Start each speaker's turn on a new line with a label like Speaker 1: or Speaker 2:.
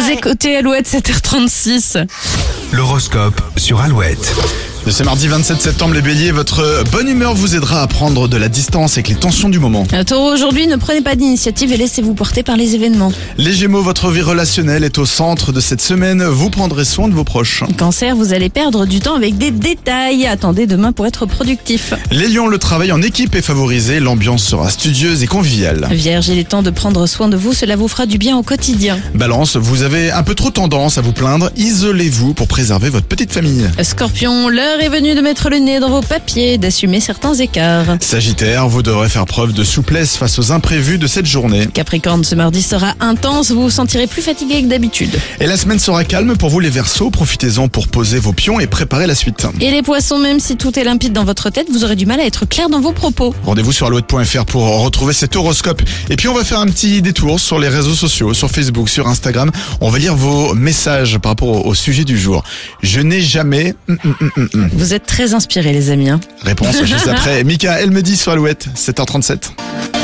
Speaker 1: Vous écoutez Alouette 7h36.
Speaker 2: L'horoscope sur Alouette.
Speaker 3: De ce mardi 27 septembre, les béliers, votre bonne humeur vous aidera à prendre de la distance avec les tensions du moment.
Speaker 1: Euh, Taureau, aujourd'hui, ne prenez pas d'initiative et laissez-vous porter par les événements.
Speaker 3: Les gémeaux, votre vie relationnelle est au centre de cette semaine. Vous prendrez soin de vos proches.
Speaker 1: Cancer, vous allez perdre du temps avec des détails. Attendez demain pour être productif.
Speaker 3: Les lions, le travail en équipe est favorisé. L'ambiance sera studieuse et conviviale.
Speaker 1: Vierge, il est temps de prendre soin de vous. Cela vous fera du bien au quotidien.
Speaker 3: Balance, vous avez un peu trop tendance à vous plaindre. Isolez-vous pour préserver votre petite famille.
Speaker 1: Scorpion, l'heure est venue de mettre le nez dans vos papiers, d'assumer certains écarts.
Speaker 3: Sagittaire, vous devrez faire preuve de souplesse face aux imprévus de cette journée.
Speaker 1: Capricorne, ce mardi sera intense. Vous vous sentirez plus fatigué que d'habitude.
Speaker 3: Et la semaine sera calme pour vous les versos. Profitez-en pour poser vos pions et préparer la suite.
Speaker 1: Et les poissons, même si tout est limpide dans votre tête, vous aurez du mal à être clair dans vos propos.
Speaker 3: Rendez-vous sur alouette.fr pour retrouver cet horoscope. Et puis on va faire un petit détour sur les réseaux sociaux, sur Facebook, sur Instagram. On va lire vos messages par rapport au, au sujet du jour. Je n'ai jamais... Hum, hum, hum, hum, hum.
Speaker 1: Vous êtes très inspirés, les amis. hein.
Speaker 3: Réponse juste après. Mika, elle me dit sur Alouette, 7h37.